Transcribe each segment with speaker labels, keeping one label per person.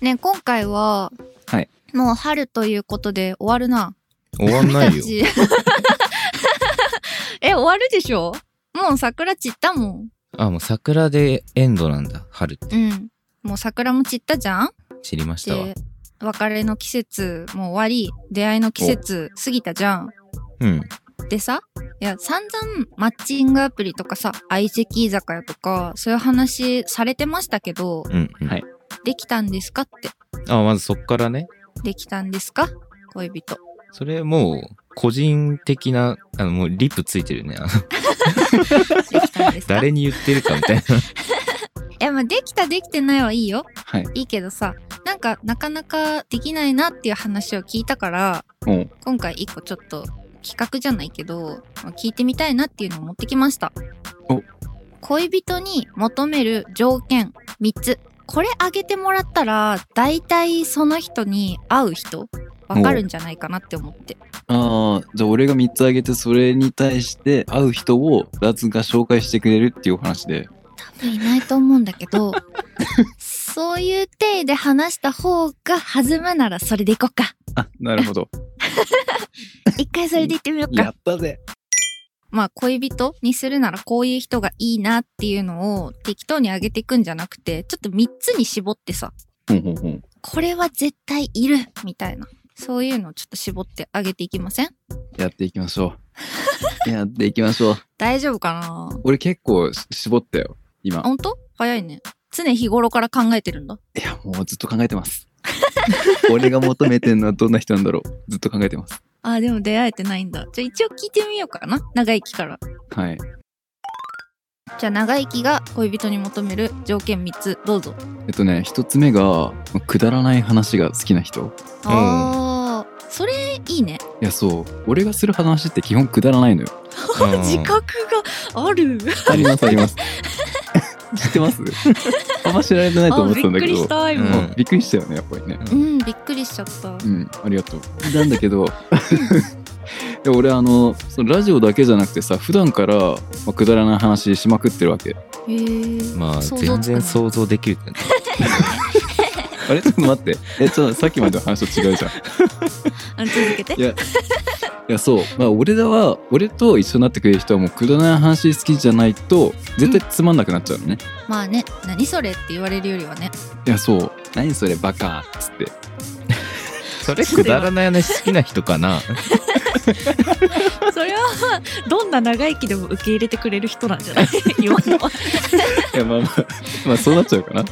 Speaker 1: ね、今回は、
Speaker 2: はい
Speaker 1: もう春ということで終わるな。
Speaker 2: 終わんない
Speaker 1: 私た
Speaker 2: よ。
Speaker 1: ちえ、終わるでしょもう桜散ったもん。
Speaker 2: あ、もう桜でエンドなんだ。春って
Speaker 1: うん。もう桜も散ったじゃん
Speaker 2: 知りましたわ
Speaker 1: で。、別れの季節も終わり、出会いの季節過ぎたじゃん。
Speaker 2: うん。
Speaker 1: でさ、いや、散々マッチングアプリとかさ、相席居酒屋とか、そういう話されてましたけど、
Speaker 2: うん、うん。
Speaker 3: はい
Speaker 1: できたんですかって。
Speaker 2: あ、まずそっからね。
Speaker 1: できたんですか恋人。
Speaker 2: それもう、個人的な、あの、もうリップついてる ね。あの
Speaker 1: できたんですか
Speaker 2: 誰に言ってるか みたいな。
Speaker 1: いや、まあ、できたできてないはいいよ。
Speaker 3: はい。
Speaker 1: いいけどさ、なんか、なかなかできないなっていう話を聞いたから、
Speaker 3: もう、
Speaker 1: 今回一個ちょっと企画じゃないけど、まあ聞いてみたいなっていうのを持ってきました。
Speaker 3: お
Speaker 1: 恋人に求める条件3つ。これあげてもらったら、大体その人に会う人、わかるんじゃないかなって思って。
Speaker 3: ああ、じゃあ俺が3つあげて、それに対して会う人を脱が紹介してくれるっていうお話で。
Speaker 1: 多分いないと思うんだけ ど、そういう体で話した方が弾むならそれでいこうか。
Speaker 3: あ、なるほど。
Speaker 1: 一回それでいってみようか。
Speaker 3: やったぜ。
Speaker 1: まあ恋人にするならこういう人がいいなっていうのを適当に上げていくんじゃなくて、ちょっと3つに絞ってさ、
Speaker 3: ほんほんほん。
Speaker 1: これは絶対いるみたいな。そういうのをちょっと絞ってあげていきません
Speaker 3: やっていきましょ う。やっていきましょう。
Speaker 1: 大丈夫かな
Speaker 3: 俺結構し絞ったよ、今。
Speaker 1: 本当早いね。常日頃から考えてるんだ。
Speaker 3: いや、もうずっと考えて ます。俺が求めてんのはどんな人なんだろう。ずっと考えてます。
Speaker 1: あーでも出会えてないんだ。じゃあ一応聞いてみようかな。長生きから。
Speaker 3: はい。
Speaker 1: じゃあ長生きが恋人に求める条件3つ、どうぞ。
Speaker 3: えっとね、一つ目が、くだらない話が好きな人。
Speaker 1: ああ、それいいね。
Speaker 3: いや、そう。俺がする話って基本くだらないのよ。
Speaker 2: うん
Speaker 1: 自覚がある。
Speaker 3: あります、あります。 知ってますあんま知られてないと思ってたんだけど。
Speaker 1: あびっくりした今。
Speaker 2: う
Speaker 3: うんびっくりしたよね、やっぱりね。
Speaker 1: うん、びっくりしちゃった。
Speaker 3: うん、ありがとう。なんだけ ど、いや俺あのそのラジオだけじゃなくてさ普段から、まあくだらない話しまくってるわけ
Speaker 1: へえ。
Speaker 2: まあ、
Speaker 1: 想像つかない
Speaker 2: 全然想像できるけどね。
Speaker 3: あれちょっ と待ってえちょっとさっきまでの話と違うじゃん
Speaker 1: あ続けて
Speaker 3: い。やいやそう、まあ、俺らは俺と一緒になってくれる人はもうくだらない話好きじゃないと絶対つまんなくなっちゃうのね、
Speaker 1: まあね、何それって言われるよりは ね。
Speaker 3: いやそう何それバカっつって
Speaker 2: それくだらない話好きな人 かな。
Speaker 1: それは、どんな長生きでも受け入れてくれる人なん じゃない今のは。
Speaker 3: いやまあまあまあそうなっちゃうかな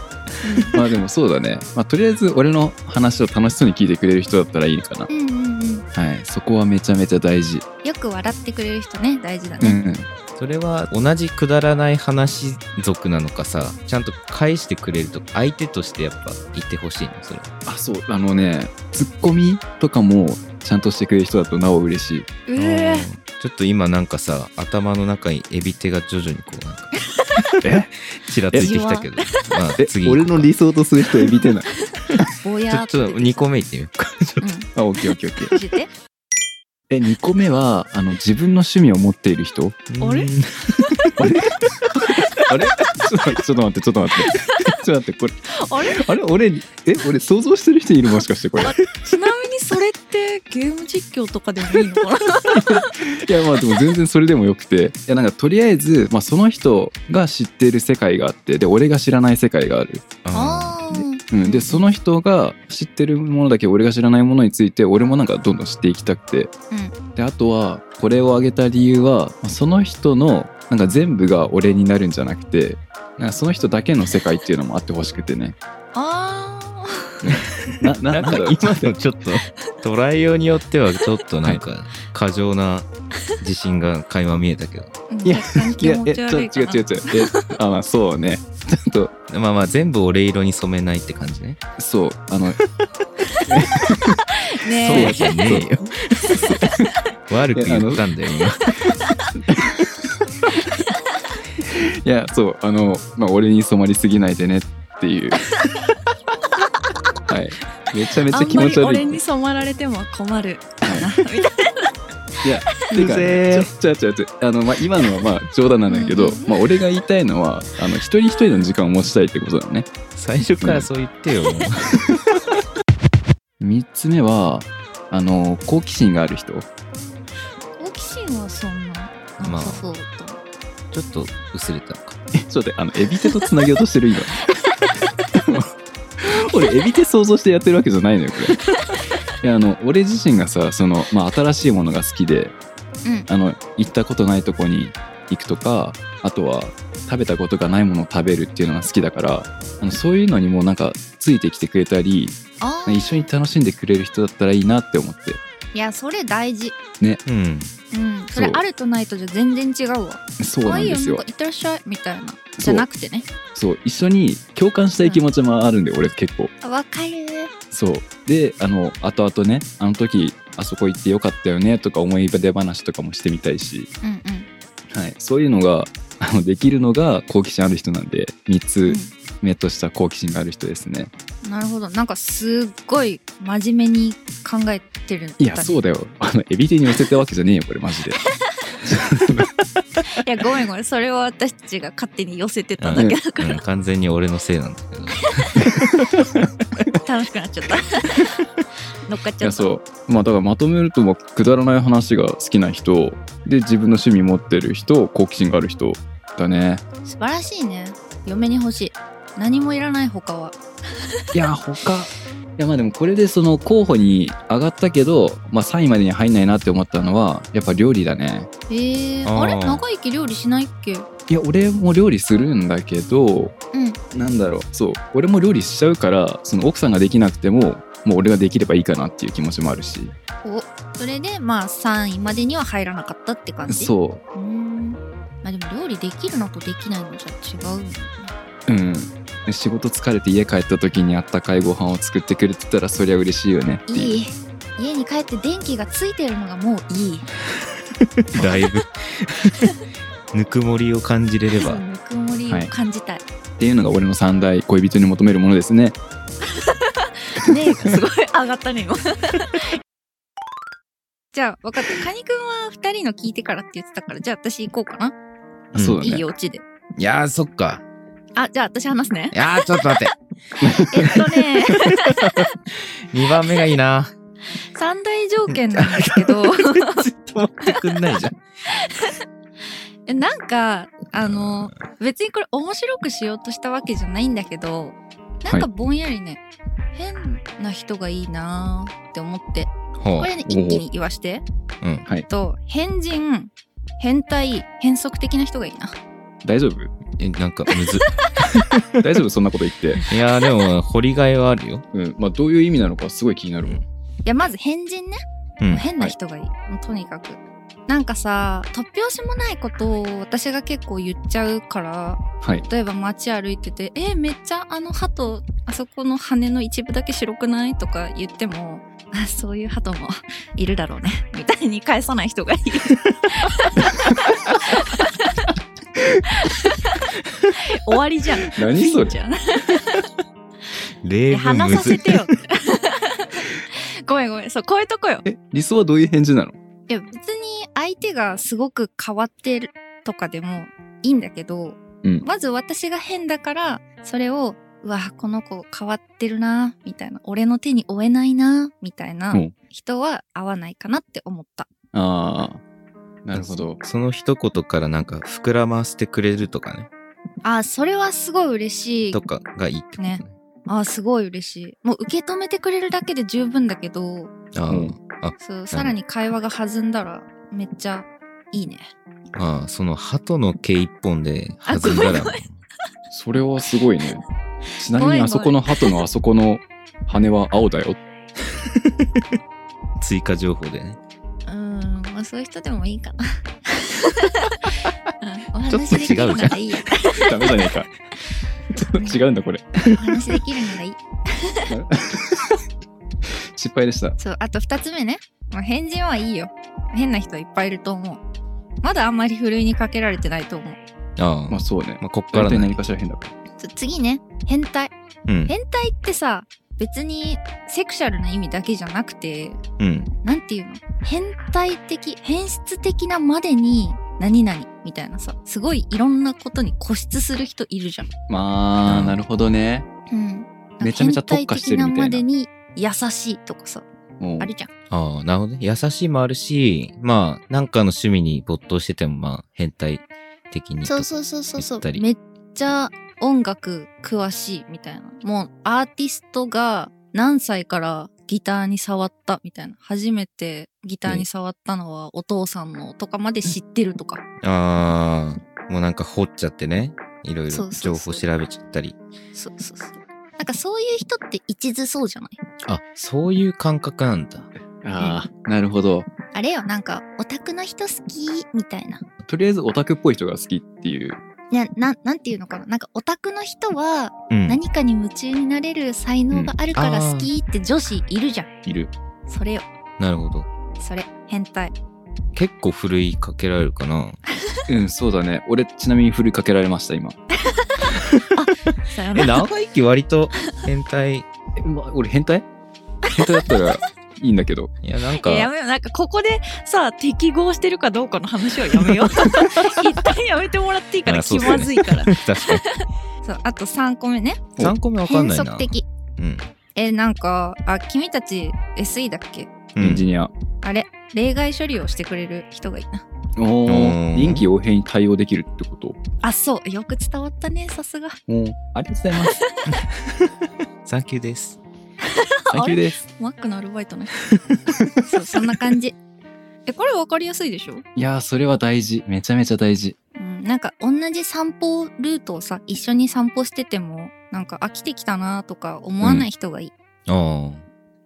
Speaker 3: まあでもそうだね、まあ、とりあえず俺の話を楽しそうに聞いてくれる人だったらいいかな
Speaker 1: うんうんうん。
Speaker 3: はいそこはめちゃめちゃ大事
Speaker 1: よく笑ってくれる人ね、大事だ
Speaker 3: う
Speaker 1: ね。
Speaker 3: ん
Speaker 2: それは同じくだらない話族なのかさ、ちゃんと返してくれると相手としてやっぱいてほしいの、それ。
Speaker 3: あそうあのねツッコミとかもちゃんとしてくれる人だとなお嬉しい
Speaker 1: うえ
Speaker 2: うんちょっと今なんかさ、頭の中にエビ手が徐々にこうなんか、
Speaker 3: え
Speaker 2: ちらついてきたけど。まあ
Speaker 3: え
Speaker 2: 次行こ
Speaker 3: 俺
Speaker 2: うか。
Speaker 3: の理想とする人エビてない
Speaker 1: ぼやー
Speaker 2: ちょっと2個目いってみようか。ちょっ
Speaker 1: う
Speaker 3: あオッケーオッケーオッケー
Speaker 1: ん。教えて。
Speaker 3: え2個目はあの自分の趣味を持っている人
Speaker 2: と
Speaker 1: あれ
Speaker 2: うん
Speaker 3: あれち ょっと待ってちょっと待ってちょっ と待ってちょっと待ってこれ
Speaker 1: あれ
Speaker 3: あれ俺にえ俺想像してる人いるもしかしてこれ
Speaker 1: ちなみにそれってゲーム実況とかでもいいのかない
Speaker 3: やまあでも全然それでもよくていやなんかとりあえず、まあ、その人が知ってる世界があってで俺が知らない世界がある、
Speaker 2: あ
Speaker 1: あー
Speaker 3: うん、でその人が知ってるものだけ俺が知らないものについて俺もなんかどんどん知っていきたくて、であとはこれを挙げた理由はまあその人のなんか全部が俺になるんじゃなくてなんかその人だけの世界っていうのもあってほしくてね
Speaker 1: あ
Speaker 3: な
Speaker 2: ー
Speaker 3: な
Speaker 2: な
Speaker 3: な
Speaker 2: ん
Speaker 3: ん
Speaker 2: か
Speaker 3: だろう
Speaker 2: 今のちょっと、トライ用によってはちょっとなんか、過剰な自信が垣間見えたけど。
Speaker 1: ーうん
Speaker 3: いや
Speaker 1: 若干
Speaker 3: い
Speaker 1: 気
Speaker 3: や
Speaker 1: 持
Speaker 3: え
Speaker 1: ち
Speaker 3: ちょ
Speaker 1: 悪いうか
Speaker 3: 違
Speaker 1: な。
Speaker 3: 違う違うえあまあそうねちょっと
Speaker 2: まあまあ全部俺色に染めないって感じね。
Speaker 3: そうあの
Speaker 2: そう
Speaker 1: ね
Speaker 2: じゃね えよ。悪く言ったんだよ今。
Speaker 3: いやそうあの、まあ、俺に染まりすぎないでねっていう はいめちゃめちゃ気持ち悪い
Speaker 1: 染まられても困る。
Speaker 3: はい
Speaker 1: みたい
Speaker 3: いやてか
Speaker 2: うぜ
Speaker 3: ちょちょちょちょあの、まあ、今のはまあ冗談なんだけど、まあ、俺が言いたいのはあの一人一人の時間を持ちたいってことだね
Speaker 2: 最初からそう言ってよ。
Speaker 3: 3つ目はあの好奇心がある人
Speaker 1: 好奇心はそんななさそうと思う、
Speaker 2: ちょっと薄れたか。
Speaker 3: えちょっと待ってあのエビ手とつなげようとし てる今俺エビ手想像してやってるわけじゃないのよこれいやあの俺自身がさその、まあ、新しいものが好きで
Speaker 1: うん
Speaker 3: あの行ったことないとこに行くとかあとは食べたことがないものを食べるっていうのが好きだからあのそういうのにもなんかついてきてくれたり
Speaker 1: あー
Speaker 3: 一緒に楽しんでくれる人だったらいいなって思って
Speaker 1: いやそれ大事
Speaker 2: うん。
Speaker 1: うんそれ
Speaker 3: そう
Speaker 1: あるとないとじゃ全然違うわ
Speaker 3: そう
Speaker 1: 可
Speaker 3: なん
Speaker 1: 愛い
Speaker 3: で
Speaker 1: よな
Speaker 3: す
Speaker 1: ん
Speaker 3: よ
Speaker 1: かいってらっしゃいみたいなじゃなくてね
Speaker 3: そう一緒に共感したい気持ちもあるんで俺結構
Speaker 1: あわかる
Speaker 3: そうであの後々ねあの時あそこ行ってよかったよねとか思い出話とかもしてみたいし、
Speaker 1: うんうん
Speaker 3: はい、そういうのがあのできるのが好奇心ある人なんで3つ目とした好奇心がある人ですね、
Speaker 1: うんなるほどなんかすっごい真面目に考えてるんだね
Speaker 3: いやそうだよあのエビ手に寄せたわけじゃねえよこれマ ジで
Speaker 1: いやごめんごめんそれは私たちが勝手に寄せてただけだか
Speaker 2: うん、完全に俺のせいなんだけど。
Speaker 1: ら楽しくなっちゃっ た乗っかっ
Speaker 3: い
Speaker 1: ちゃ
Speaker 3: や
Speaker 1: った
Speaker 3: そうまあだからまとめるとまあくだらない話が好きな人で自分の趣味持ってる人好奇心がある人だね
Speaker 1: 素晴らしいね嫁に欲しい何もいらない他はい
Speaker 3: や他いやまあでもこれでその候補に上がったけど、まあ、3位までに入んないなって思ったのはやっぱ料理だね
Speaker 1: えー、
Speaker 2: あー
Speaker 1: あれ長生き料理しないっけ
Speaker 3: いや俺も料理するんだけど
Speaker 1: うん
Speaker 3: なんだろうそう俺も料理しちゃうからその奥さんができなくてももう俺ができればいいかなっていう気持ちもあるし
Speaker 1: おそれでまあ3位までには入らなかったって感じう
Speaker 3: そ
Speaker 1: ーんまあでも料理できるのとできないのじゃ違うんだね
Speaker 3: ううん仕事疲れて家帰った時にあったかいご飯を作ってくれてたらそりゃ嬉しいよねっていう
Speaker 1: いい家に帰って電気がついてるのがもういい
Speaker 2: だい ぶ。ぬくもりを感じれれ ば。
Speaker 1: ぬくもりを感じたい、
Speaker 3: っていうのが俺の三大恋人に求めるものですね
Speaker 1: ねえすごい上がったね今 じゃあ分かったカニくんは2人の聞いてからって言ってたからじゃあ私行こうかな、
Speaker 2: うん
Speaker 3: そうだ
Speaker 1: い
Speaker 3: ね
Speaker 1: いオチで
Speaker 2: いやー、そっか。
Speaker 1: あじゃあ私話すね
Speaker 2: いやー、ちょっと待って。
Speaker 1: えっとね
Speaker 2: 2番目がいいな。
Speaker 1: 三大条件なんですけど
Speaker 2: ずっと待ってくんないじゃん。
Speaker 1: えなんかあの別にこれ面白くしようとしたわけじゃないんだけどなんか
Speaker 3: はい
Speaker 1: ぼんやりね、変な人がいいなーって思って
Speaker 2: ほ
Speaker 1: これ、ね、一気に言わして
Speaker 2: う。うん。
Speaker 1: えっと変人変態変則的な人がいいな
Speaker 3: 大丈夫
Speaker 2: え、なんかむず。
Speaker 3: 大丈夫そんなこと言って
Speaker 2: いやー、でも、掘りがいはあるよ。
Speaker 3: うん、まあどういう意味なのかすごい気になるもん。
Speaker 1: いやまず変人ね、
Speaker 2: うん
Speaker 1: 変な人がいい、もうとにかくなんかさ突拍子もないことを私が結構言っちゃうから
Speaker 3: はい。
Speaker 1: 例えば街歩いてて「えめっちゃあの鳩あそこの羽の一部だけ白くない?」とか言っても「あそういう鳩も いるだろうね」 みたいに返さない人 がいい。終わりじゃん。
Speaker 3: 何そ
Speaker 1: いいじ
Speaker 3: れ。
Speaker 1: ゃん
Speaker 2: 例文
Speaker 1: 話
Speaker 2: む
Speaker 1: さ
Speaker 2: ず
Speaker 1: せてよ。 ごめんごめん。そう、こういうとこよ。
Speaker 3: え、理想はどういう返事なの？
Speaker 1: いや、別に相手がすごく変わってるとかでもいいんだけど、
Speaker 3: うん
Speaker 1: まず私が変だから、それを、うわ、この子変わってるな、みたいな、俺の手に負えないな、みたいな
Speaker 3: うん
Speaker 1: 人は合わないかなって思った。
Speaker 3: ああ、なるほど。
Speaker 2: その一言からなんか膨らませてくれるとかね。
Speaker 1: あ、それはすごい嬉しい
Speaker 2: と。かがいいってことね。
Speaker 1: あ、すごい嬉しい。もう受け止めてくれるだけで十分だけど、
Speaker 2: あー、
Speaker 3: うん
Speaker 1: そう、さらに会話が弾んだら、めっちゃいいね。
Speaker 2: あー、その鳩の毛一本で弾んだ
Speaker 1: あごめ
Speaker 2: ら
Speaker 1: んごめ、
Speaker 3: それはすごい ね。ちな
Speaker 1: ご
Speaker 3: み
Speaker 1: めんごめん
Speaker 3: にあそこの鳩のあそこの羽は青だよ。
Speaker 2: 追加情報でね。
Speaker 1: うーん、まあそういう人でもいい かな。うんお
Speaker 2: ちょっと
Speaker 1: 話できるならいいよ。
Speaker 3: ダメじゃねえか。 ちょっと違うんだこれ。
Speaker 1: お話できるならいい。
Speaker 3: 失敗でした。
Speaker 1: そう、あと二つ目ね。まあ、変人はいいよ。変な人いっぱいいると思う。まだあんまりふるいにかけられてないと思う。
Speaker 2: ああ、
Speaker 3: まあそうね。
Speaker 2: まあ、こっか
Speaker 3: 大
Speaker 2: ら
Speaker 3: 体
Speaker 2: ね。
Speaker 3: 何かしら変だから。
Speaker 1: ちょ次ね、変態。
Speaker 2: うん。
Speaker 1: 変態ってさ、別にセクシャルな意味だけじゃなくて、
Speaker 2: うん。
Speaker 1: なんていうの変態的、変質的なまでに、何々みたいなさ、すごいいろんなことに固執する人いるじゃん。
Speaker 3: まあ、なるほどね。
Speaker 1: うん。
Speaker 3: めちゃめちゃ特化してるみたいな
Speaker 1: 変態的なまでに優しいとかさ、
Speaker 3: もう
Speaker 1: あるじゃん。
Speaker 2: ああ、なるほどね。優しいもあるし、まあ、なんかの趣味に没頭してても、まあ、変態的にと。
Speaker 1: そうそうそうそうそう
Speaker 2: 言ったり
Speaker 1: めっちゃ音楽詳しいみたいなもうアーティストが何歳からギターに触ったみたいな初めてギターに触ったのはお父さんのとかまで知ってるとか、
Speaker 2: ああ、もうなんか掘っちゃってね。いろい
Speaker 1: そう
Speaker 2: ろ
Speaker 1: そ
Speaker 2: 情
Speaker 1: うそ
Speaker 2: 報
Speaker 1: う
Speaker 2: 調べちゃったり。
Speaker 1: そうそうそうなんかそういう人って一途そうじゃない
Speaker 2: あ、そういう感覚なんだ。
Speaker 3: ああ、なるほど。
Speaker 1: あれよなんかオタクの人好きみたいな
Speaker 3: とりあえずオタクっぽい人が好きっていう。
Speaker 1: なななんていうのかななんかオタクの人は
Speaker 2: うん。
Speaker 1: 何かに夢中になれる才能があるから好きって女子いるじゃん、
Speaker 3: いる。
Speaker 1: それよ
Speaker 2: なるほど。
Speaker 1: それ変態
Speaker 2: 結構ふるいかけられるかな。
Speaker 3: うん、そうだね。俺、ちなみに振りかけられました、今。
Speaker 1: さよな
Speaker 2: え、
Speaker 1: ら
Speaker 2: 長生き割と変態。
Speaker 3: えま、俺、変態変態だったらいいんだけど。
Speaker 2: いや、な
Speaker 1: いや
Speaker 2: ん
Speaker 1: や
Speaker 2: か、
Speaker 1: めようなんかここでさ適合してるかどうかの話はやめよう 一旦やめてもらっていいから
Speaker 2: あそ
Speaker 1: 気
Speaker 2: うだ
Speaker 1: ま
Speaker 2: ね
Speaker 1: ずいから
Speaker 2: 確かに。
Speaker 1: そうあと3個目ね
Speaker 3: お
Speaker 2: 3個目わか
Speaker 1: 変
Speaker 2: んない
Speaker 1: 則
Speaker 2: な。
Speaker 1: 的
Speaker 2: うん。
Speaker 1: えなんかあ君たち SE だっけ
Speaker 2: う
Speaker 3: エンジ
Speaker 2: ん。
Speaker 3: ニア。
Speaker 1: あれ例外処理をしてくれる人がいいな
Speaker 3: おお
Speaker 2: ー
Speaker 3: 臨機応変に対応できるってこと
Speaker 1: あそうよく伝わったねさすが
Speaker 3: おーありがとうご ざいます。
Speaker 2: サンキューです。
Speaker 3: サンキューです。
Speaker 1: マックのアルバイトの人 そうそんな感じえこれ分かりやすいでしょ、
Speaker 3: いやー、それは大事。めちゃめちゃ大事。
Speaker 1: うん、なんか同じ散歩ルートをさ一緒に散歩しててもなんか飽きてきたなとか思わない人がいい、
Speaker 2: ああ。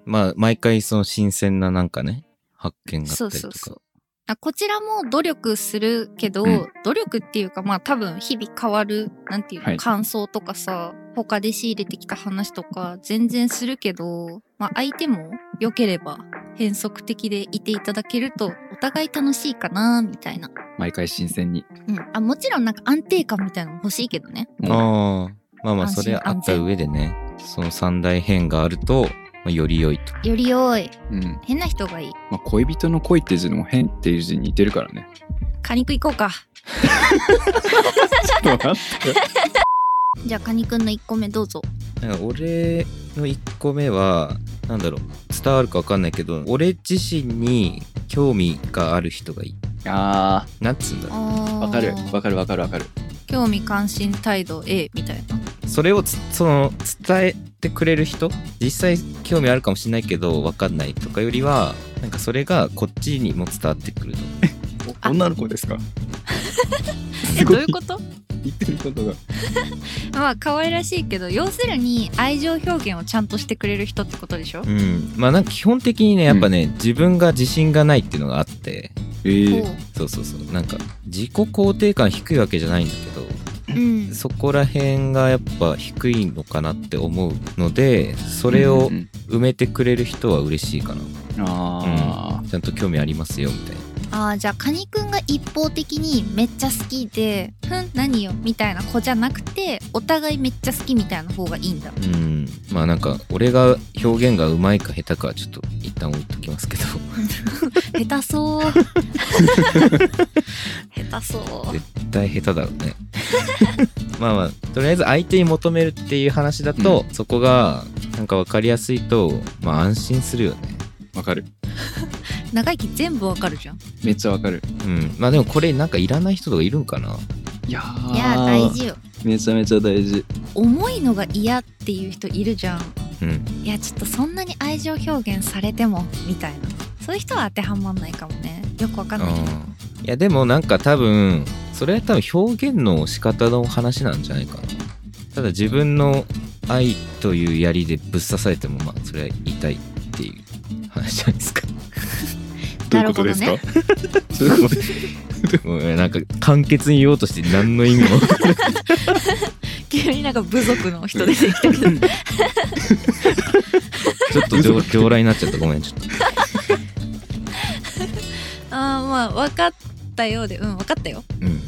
Speaker 2: まあ、毎回その新鮮ななんかね、発見があ
Speaker 1: そう
Speaker 2: ったり
Speaker 1: そ
Speaker 2: と
Speaker 1: うそ
Speaker 2: か
Speaker 1: う。あこちらも努力するけど、
Speaker 3: うん
Speaker 1: 努力っていうかまあ多分日々変わるなんていうの、
Speaker 3: はい
Speaker 1: 感想とかさ他で仕入れてきた話とか全然するけど、まあ、相手も良ければ変則的でいていただけるとお互い楽しいかなみたいな、
Speaker 3: 毎回新鮮に。
Speaker 1: うん、あもちろんなんか安定感みたいなのも欲しいけどね
Speaker 2: ああ。まあまあ、
Speaker 1: 安心
Speaker 2: それあった上でね、その三大変があると、まあ、より良いと。
Speaker 1: より良い
Speaker 3: うん。
Speaker 1: 変な人がいい
Speaker 3: まあ、恋人の恋っていう字も変っていう字に似てる からね。
Speaker 1: 果肉行こうか
Speaker 3: ちょっと待って。
Speaker 1: じゃあ果肉の1個目どうぞ
Speaker 2: なんか俺の一個目は、なんだろう、伝わるかわかんないけど、俺自身に興味がある人がいい。
Speaker 3: あ
Speaker 2: なんつうんだろ
Speaker 3: ー、
Speaker 1: あ
Speaker 3: わかる。わかるわかるわかる。
Speaker 1: 興味関心態度 A みたいな
Speaker 2: う。それをつ、その、伝えてくれる人実際興味あるかもしれないけど、わかんないとかよりは、なんかそれがこっちにも伝わってくると。
Speaker 1: あ
Speaker 3: 女の子ですか
Speaker 1: え
Speaker 3: す
Speaker 1: ど
Speaker 3: ご
Speaker 1: うい
Speaker 3: いう
Speaker 1: こと
Speaker 3: 言ってることが。
Speaker 1: まあ可愛らしいけど要するに愛情表現をちゃんとしてくれる人ってことでしょ、
Speaker 2: うん。まあなんか基本的にね、やっぱね、自分が自信がないっていうのがあって、
Speaker 3: ええ
Speaker 1: こ
Speaker 2: そうそうそうなんか自己肯定感低いわけじゃないんだけ
Speaker 1: う
Speaker 2: ど
Speaker 1: うん
Speaker 2: そこら辺がやっぱ低いのかなって思うのでそれを
Speaker 3: うんうん
Speaker 2: 埋めてくれる人は嬉しいかな、
Speaker 3: あ
Speaker 2: ちゃんと興味ありますよみたいな
Speaker 1: ああじゃあカニくんが一方的にめっちゃ好きで「ふん何よ」みたいな子じゃなくてお互いめっちゃ好きみたいな方がいいんだ
Speaker 2: うんまあなんか俺が表現がうまいか下手かはちょっと一旦置いときますけど
Speaker 1: 下手そう 下手そう
Speaker 2: 絶対下手だろうねまあまあとりあえず相手に求めるっていう話だと、そこがなんか分かりやすいとまあ安心するよね
Speaker 3: あ、わかる。
Speaker 1: 長生き全部わかるじゃん
Speaker 3: めっちゃわかる。
Speaker 2: うんまあでもこれなんかいらない人とかいるんかない
Speaker 3: やー
Speaker 1: いやー大。事よ
Speaker 3: めちゃめちゃ大事。
Speaker 1: 重いのが嫌っていう人いるじゃん
Speaker 2: うん
Speaker 1: いやちょっとそんなに愛情表現されてもみたいなそういう人は当てはまんないかもねよくわかんないけど
Speaker 2: いやでもなんか多分それは多分表現の仕方の話なんじゃないかなただ自分の愛という槍でぶっ刺されてもまあそれは痛いっていう話じゃないですか
Speaker 1: なるほどね
Speaker 3: そういうこと
Speaker 2: ごめんなんか簡潔に言おうとして何の意味も
Speaker 1: 急になんか部族の人出てきたけど
Speaker 2: ちょっと上上来になっちゃったごめんちょっと
Speaker 1: ああまあ分かったようでうん分かったよ
Speaker 2: うん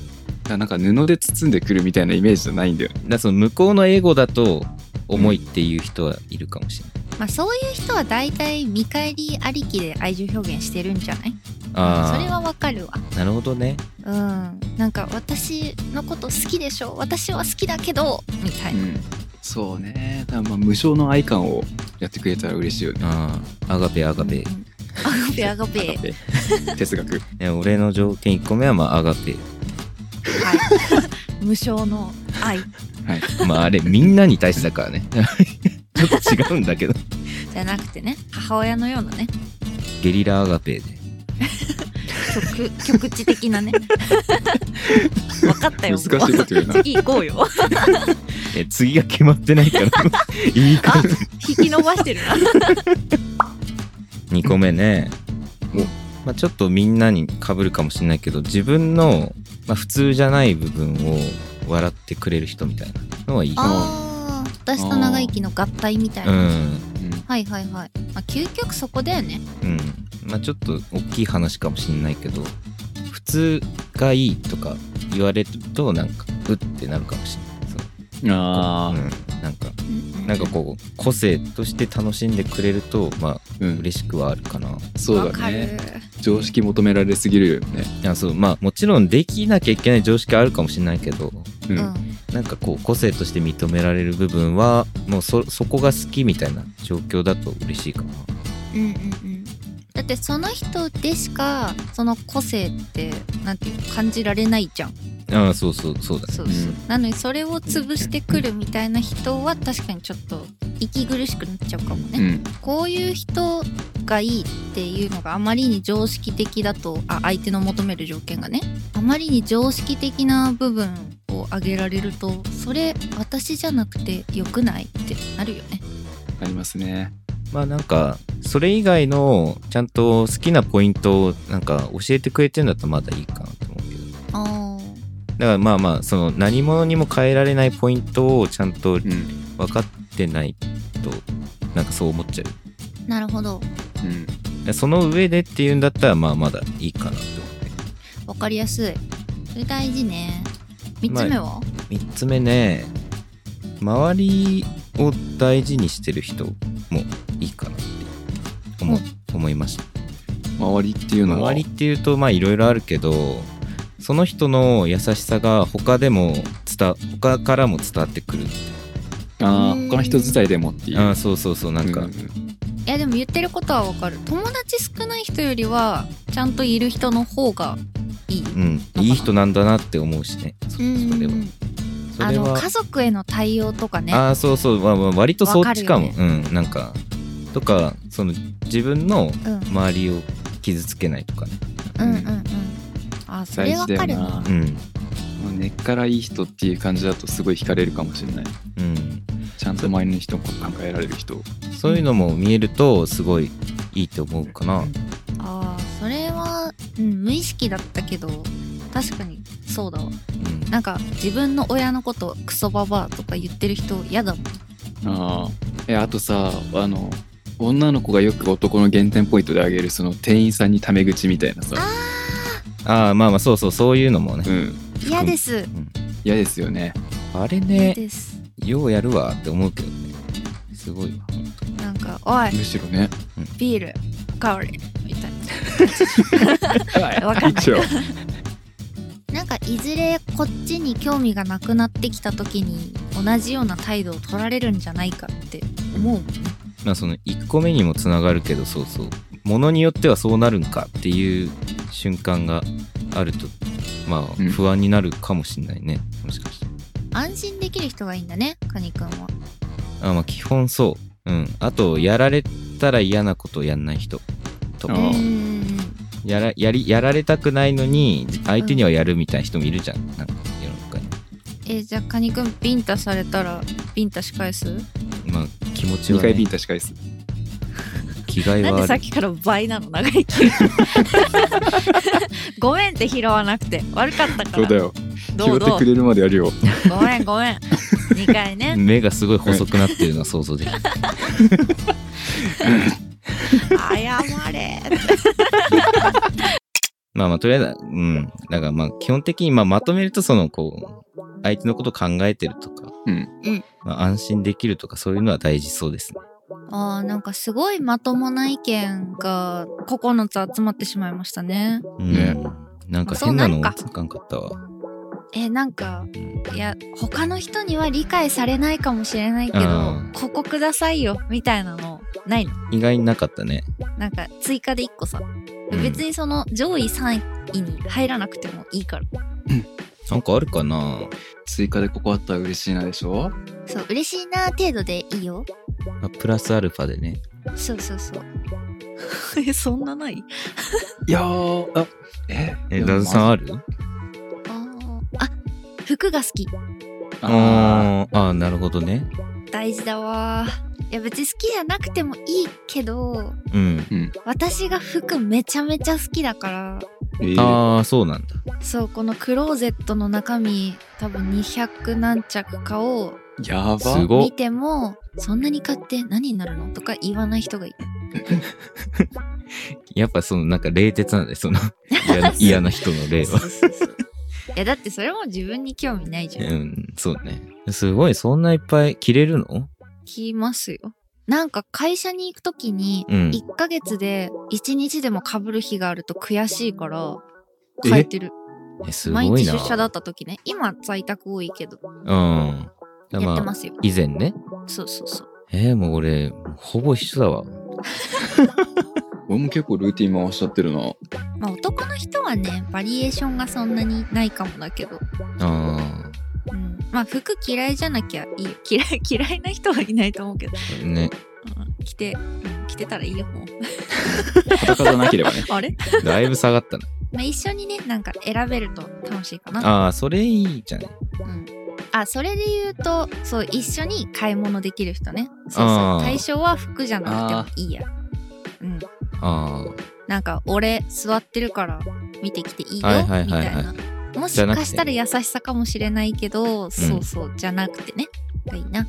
Speaker 3: あなんか布で包んでくるみたいなイメージじゃないんだよね
Speaker 2: だからその向こうの英語だと重いっていう人はいるかもしれない、
Speaker 1: まあそういう人は大体見返りありきで愛情表現してるんじゃないそれは
Speaker 2: あ
Speaker 1: わかるわ
Speaker 2: あなるほどね
Speaker 1: うんなんか私のこと好きでしょ私は好きだけどみたいな、
Speaker 3: ん、そうねだからまあ無償の愛感をやってくれたら嬉しいよね
Speaker 2: ああアガペアガペ、
Speaker 1: うんアガペアガペ
Speaker 3: アガペ哲学
Speaker 2: ね俺の条件1個目はまあアガペ
Speaker 1: はい 無償の愛じ
Speaker 2: まああれみんなに対してだからね ちょっと違うんだけど
Speaker 1: ゃなくてね母親のようなね
Speaker 2: ゲリラアガペで
Speaker 1: 局局地的なね分かったよ
Speaker 3: 難しいこと言うな
Speaker 1: 次行こうよ
Speaker 2: え次が決まってないから言い換えて
Speaker 1: 引き伸ばしてるな
Speaker 2: 2個目ね
Speaker 3: お
Speaker 2: まあ、ちょっとみんなに被るかもしれないけど自分の、まあ、普通じゃない部分を笑ってくれる人みたいなのはいいか
Speaker 1: あー私と長生きの合体みたい
Speaker 2: もう
Speaker 1: な、
Speaker 2: ん
Speaker 1: はいはいはい、まあ、究極そこだよね
Speaker 2: うんまあちょっと大きい話かもしれないけど普通がいいとか言われるとなんかうってなるかもしれないそう
Speaker 3: ああ
Speaker 2: うん、なんか
Speaker 1: うん
Speaker 2: なんかこう個性として楽しんでくれるとまあ
Speaker 3: うん、
Speaker 2: 嬉しくはあるかな
Speaker 3: そうだね常識求められすぎるよね
Speaker 2: いやそうまあもちろんできなきゃいけない常識はあるかもしれないけど
Speaker 3: うん、
Speaker 1: わかる
Speaker 2: なんかこう個性として認められる部分はもうそそこが好きみたいな状況だと嬉しいかな
Speaker 1: うん、うんうんうんだってその人でしかその個性ってなんていうの感じられないじゃん
Speaker 2: ああそうそうそうだね
Speaker 1: そうそう、なのにそれを潰してくるみたいな人は確かにちょっと息苦しくなっちゃうかもね、
Speaker 3: うん
Speaker 1: こういう人がいいっていうのがあまりに常識的だとあ相手の求める条件がねあまりに常識的な部分を挙げられるとそれ私じゃなくてよくないってなるよね
Speaker 3: ありますね
Speaker 2: まあなんかそれ以外のちゃんと好きなポイントをなんか教えてくれてるんだったらまだいいかなと思うけど
Speaker 1: あー
Speaker 2: だからまあまあその何者にも変えられないポイントをちゃんと
Speaker 3: うん、
Speaker 2: 分かってないとなんかそう思っちゃう
Speaker 1: なるほど
Speaker 3: うん、
Speaker 2: でその上でっていうんだったらまあまだいいかなと思っ
Speaker 1: わかりやすいそれ大事ね3つ目は、
Speaker 2: て3つ目ね周りを大事にしてる人もいいかなって思,、思いました
Speaker 3: 周りっていうのは
Speaker 2: 周りっていうとまあいろいろあるけどその人の優しさが他でも伝わ他からも伝わってくる
Speaker 3: ああ他の人伝いでもっていう
Speaker 2: ああそうそうそうなんか、
Speaker 1: い
Speaker 3: う
Speaker 1: やでも言ってることはわかる友達少ない人よりはちゃんといる人の方がいい、
Speaker 2: うん、いい人なんだなって思うしね。そそれは。そ
Speaker 1: あ
Speaker 2: れ
Speaker 1: の
Speaker 2: は。
Speaker 1: 家族への対応とかね
Speaker 2: ああ、そうそう、まあ、まあ割とそっちかも。
Speaker 1: わ
Speaker 2: うん、なんか。とか、その自分の
Speaker 1: うん
Speaker 2: 周りを傷つけないとかね。
Speaker 1: うんうんうんあそれわかるな
Speaker 3: 大事だよな
Speaker 2: うん。
Speaker 3: まあ根っからいい人っていう感じだとすごい惹かれるかもしれない
Speaker 2: うん。
Speaker 3: ちゃんと周りの人も考えられる人
Speaker 2: そういうのも見えると、すごいいいと思うかな。
Speaker 1: あーそれは、うん、無意識だったけど確かにそうだわ
Speaker 2: うん。
Speaker 1: なんか自分の親のことクソババアとか言ってる人嫌だもん
Speaker 3: ああえあとさあの女の子がよく男の減点ポイントであげるその店員さんにタメ口みたいなさ
Speaker 2: ああ、まあまあ、そうそう、そういうのもね
Speaker 3: う。ん
Speaker 1: 嫌です
Speaker 3: 嫌ですよね
Speaker 2: あれ
Speaker 1: 嫌
Speaker 2: ね、
Speaker 1: です
Speaker 2: ようやるわって思うけどね。すごいわ。本当に
Speaker 1: なんか「おい
Speaker 3: むしろね
Speaker 1: ビールおかわり」みたいわかんない
Speaker 3: 一応
Speaker 1: ななんかいずれこっちに興味がなくなってきた時に同じような態度を取られるんじゃないかって思うもんね
Speaker 2: まあその1個目にもつながるけどそうそうものによってはそうなるんかっていう瞬間があるとまあ
Speaker 3: うん
Speaker 2: 不安になるかもしんないね、もしかして
Speaker 1: 安心できる人がいいんだねカニくんは
Speaker 2: あまあ基本そううんあとやられたら嫌なことをやんない人と
Speaker 3: あ
Speaker 2: か
Speaker 3: あ
Speaker 1: うん
Speaker 2: やらやりやられたくないのに相手にはやるみたいな人もいるじゃんなんか世の中に
Speaker 1: えじゃあカニくんビンタされたらビンタし返す、
Speaker 2: まあ気持ち
Speaker 3: 2
Speaker 2: は、
Speaker 3: 回ビ
Speaker 2: ね
Speaker 3: ン、タし返す
Speaker 2: 気概
Speaker 1: なん
Speaker 2: は
Speaker 1: で
Speaker 2: あ
Speaker 1: さっ
Speaker 2: る
Speaker 1: きから倍なの長生き ごめんって拾わなくて悪かったから
Speaker 3: そうだよ
Speaker 1: ど
Speaker 3: 拾
Speaker 1: う
Speaker 3: って
Speaker 1: どう
Speaker 3: くれるまでやるよ
Speaker 1: ごめんごめん2回ね
Speaker 2: 目がすごい細くなってるのは想像できる
Speaker 1: 謝れ
Speaker 2: まあまあとりあえずうんだからまあ基本的にまあまとめるとそのこう相手のことを考えてるとか
Speaker 3: うん
Speaker 1: うん
Speaker 2: まあ、安心できるとかそういうのは大事そうですね。
Speaker 1: あーなんかすごいまともな意見が9つ集まってしまいましたね。
Speaker 2: うん
Speaker 3: ね
Speaker 2: なんか
Speaker 1: そう
Speaker 2: 変なの
Speaker 1: なんか
Speaker 2: つかんかったわ。
Speaker 1: えなんかいや他の人には理解されないかもしれないけど
Speaker 2: うん
Speaker 1: ここくださいよみたいなのないの
Speaker 2: 意外になかったね。
Speaker 1: なんか追加で1個さ
Speaker 2: うん
Speaker 1: 別にその上位3位に入らなくてもいいから
Speaker 2: なんかあるかな
Speaker 3: 追加でここあったら嬉しいなでしょ
Speaker 1: そう嬉しいな程度でいいよ
Speaker 2: あプラスアルファでね。
Speaker 1: そうそうそう えそんなない
Speaker 3: いやーあえ
Speaker 2: え、ダズさんある
Speaker 1: あーあ服が好き
Speaker 3: あ
Speaker 2: あーあー、なるほどね。
Speaker 1: 大事だわいや別に好きじゃなくてもいいけど
Speaker 2: うん。
Speaker 1: 私が服めちゃめちゃ好きだから
Speaker 3: ーえー
Speaker 2: ああ、そうなんだ。
Speaker 1: そうこのクローゼットの中身多分200何着かを
Speaker 3: やば
Speaker 2: すごっ
Speaker 1: 見てもそんなに買って何になるのとか言わない人がいる
Speaker 2: やっぱそのなんか冷徹なんで、 その嫌な嫌な人の例
Speaker 1: そう
Speaker 2: は。
Speaker 1: そうそういやだってそれも自分に興味ないじ
Speaker 2: う
Speaker 1: ゃん
Speaker 2: ん、そうね。すごい、そんないっぱい着れるの
Speaker 1: 着ますよなんか会社に行く時に
Speaker 2: うん。
Speaker 1: 1ヶ月で1日でも被る日があると悔しいから変えてる
Speaker 2: えすごい
Speaker 1: 毎
Speaker 2: な。
Speaker 1: 日出社だった時ね今在宅多いけど
Speaker 2: うん。
Speaker 1: や
Speaker 2: だ
Speaker 1: って
Speaker 2: まあ、
Speaker 1: ますよ
Speaker 2: 以前ね。
Speaker 1: そうそうそう
Speaker 2: えー、もう俺、ほぼ一緒だわ。
Speaker 3: 俺も結構ルーティン回しちゃってるな
Speaker 1: まあ男の人はねバリエーションがそんなにないかもだけど
Speaker 2: あ
Speaker 1: うん、まあ服嫌いじゃなきゃいいよ嫌い 嫌いな人はいないと思うけど、
Speaker 2: あ、ね。
Speaker 1: うん、着て、うん着てたらいいよもう
Speaker 3: 裸じゃなければね
Speaker 1: あれ、
Speaker 2: だいぶ下がったな。
Speaker 1: まあ、一緒にねなんか選べると楽しいかな
Speaker 2: ああ、それいいじゃない。
Speaker 1: うん、あそれで言うとそう一緒に買い物できる人ねそうそ
Speaker 2: あ
Speaker 1: う
Speaker 2: ー
Speaker 1: 対象は服じゃなくてもいいやうん
Speaker 2: あ
Speaker 1: なんか俺座ってるから見てきていいよ、
Speaker 2: はいはい
Speaker 1: み
Speaker 2: は
Speaker 1: た
Speaker 2: い
Speaker 1: い
Speaker 2: はい
Speaker 1: なもし
Speaker 2: じゃなくて
Speaker 1: かしたら優しさかもしれないけどそうそう、じゃなくてねがいいな
Speaker 2: あ、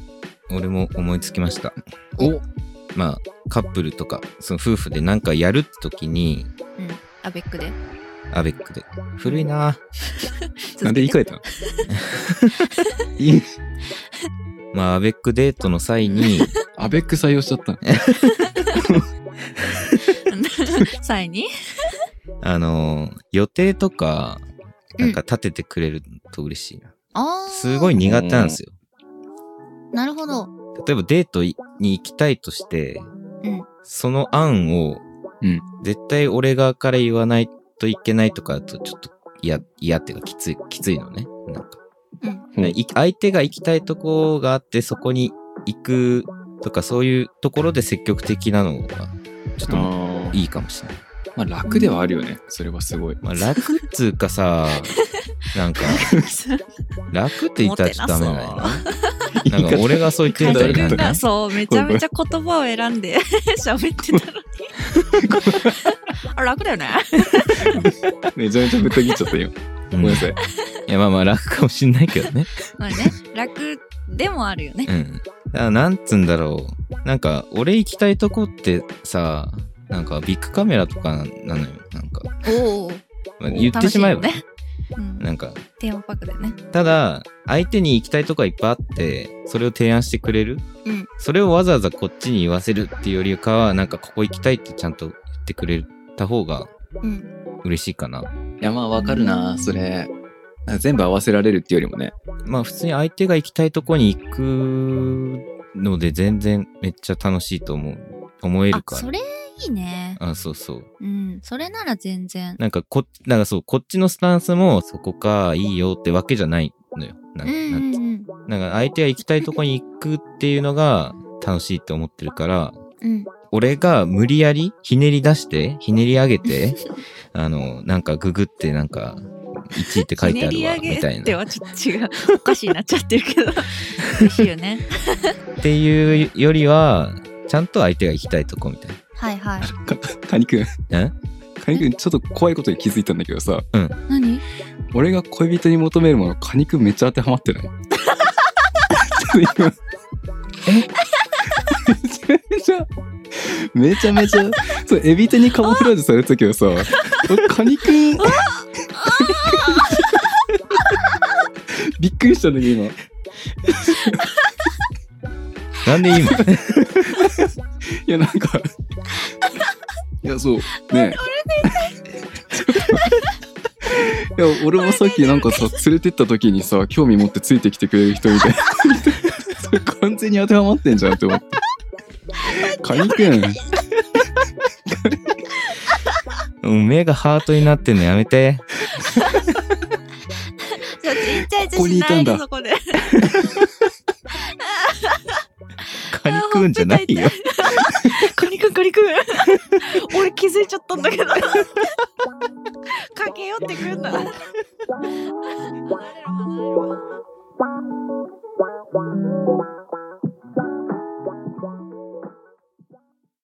Speaker 2: 俺も思いつきました。
Speaker 3: お
Speaker 2: まあ、カップルとか、その夫婦でなんかやるって時に、
Speaker 1: アベックで
Speaker 2: アベックで。古いな。
Speaker 3: なんで言い換えたの いい
Speaker 2: まあ、アベックデートの 際に、
Speaker 3: アベック採用しちゃったの
Speaker 1: 際に
Speaker 2: あのー予定とか、なんか立ててくれると嬉しいな。
Speaker 1: ああ
Speaker 2: すごい苦手なんですよ。
Speaker 1: なるほど
Speaker 2: 例えばデートに行きたいとして、
Speaker 1: うん
Speaker 2: その案を、
Speaker 3: うん
Speaker 2: 絶対俺側から言わないといけないとかだと、ちょっと嫌、嫌っていうかきつい、きついのね。なんか
Speaker 1: うん
Speaker 3: うん
Speaker 2: い相手が行きたいとこがあって、そこに行くとか、そういうところで積極的なのが、ちょっと
Speaker 3: あー
Speaker 2: いいかもしれない。
Speaker 3: まあ楽ではあるよねそれはすごい
Speaker 2: まあ、楽っつうかさ、なんか、楽って言ったらちょっとダメだよね。なんか俺がそう言ってるだけなんだ、
Speaker 3: な
Speaker 2: ね、
Speaker 1: そうめちゃめちゃ言葉を選んで 喋ってたのにあ楽だよね
Speaker 3: めちゃめちゃぶった切っちゃったよ
Speaker 2: う
Speaker 3: ごめん
Speaker 2: ん
Speaker 3: ないさい
Speaker 2: やまあまあ楽かもしんないけどね。
Speaker 1: まあね楽でもあるよね
Speaker 2: うん。だからなんつうんだろう。なんか俺行きたいとこってさ、なんかビッグカメラとかなのよ。なんか、
Speaker 1: おお
Speaker 2: まあ言ってしまえば、
Speaker 1: ね
Speaker 2: ね、
Speaker 1: うん
Speaker 2: なんか、
Speaker 1: テーマパークだよね
Speaker 2: ただ相手に行きたいとこはいっぱいあって、それを提案してくれる。
Speaker 1: うん
Speaker 2: それをわざわざこっちに言わせるっていうよりかは、なんかここ行きたいってちゃんと言ってくれた方が
Speaker 1: うん
Speaker 2: 嬉しいかな。
Speaker 3: いやまあわかるなそれ全部合わせられるっていうよりもね
Speaker 2: まあ普通に相手が行きたいとこに行くので全然めっちゃ楽しいと思う。思え
Speaker 1: あ
Speaker 2: るから。
Speaker 1: それいいね
Speaker 2: あそうそう。
Speaker 1: うんそれなら全然
Speaker 2: なんかこ、なんかそう、こっちのスタンスもそこかいいよってわけじゃないのよ。な
Speaker 1: うん
Speaker 2: か、
Speaker 1: ん
Speaker 2: な
Speaker 1: うん
Speaker 2: て
Speaker 1: ん
Speaker 2: なんか相手が行きたいとこに行くっていうのが楽しいって思ってるから、
Speaker 1: うん
Speaker 2: 俺が無理やりひねり出して、ひねり上 げて、あの、なんかググってなんか、1位って書いてあるわ、みたいな。
Speaker 1: はちょっと違うおかしいなっちゃってるけ ど嬉しいよね
Speaker 2: っていうよりは、ちゃんと相手が行きたいとこみたいな。
Speaker 1: はいはい
Speaker 3: カニくん
Speaker 2: え
Speaker 3: カニくんちょっと怖いことに気づいたんだけどさ
Speaker 1: 何
Speaker 3: 俺が恋人に求めるものカニくんめっちゃ当てはまってないちょっと今えめちゃめちゃめちゃめちゃそうエビテにカモフラージュされてたけどさ俺カニく んびっくりしたんだけど今
Speaker 2: なんで今
Speaker 3: やなんかいやそうねえいや俺もさっきなんかさ連れてった時にさ興味持ってついてきてくれる人みたいなそれ 完全に当てはまってんじゃんって思ってカニくん
Speaker 2: もう目がハートになってんのやめて。
Speaker 1: じゃあ、ちっちゃい
Speaker 3: ここにい
Speaker 1: ち
Speaker 3: た
Speaker 1: ゃ
Speaker 3: ん
Speaker 1: い
Speaker 3: だ
Speaker 1: そこで。
Speaker 2: カニくんじゃないよ。
Speaker 1: カニくん、カニくん。俺気づいちゃったんだけど。 駆 け寄ってくんだ。離れろ離れろ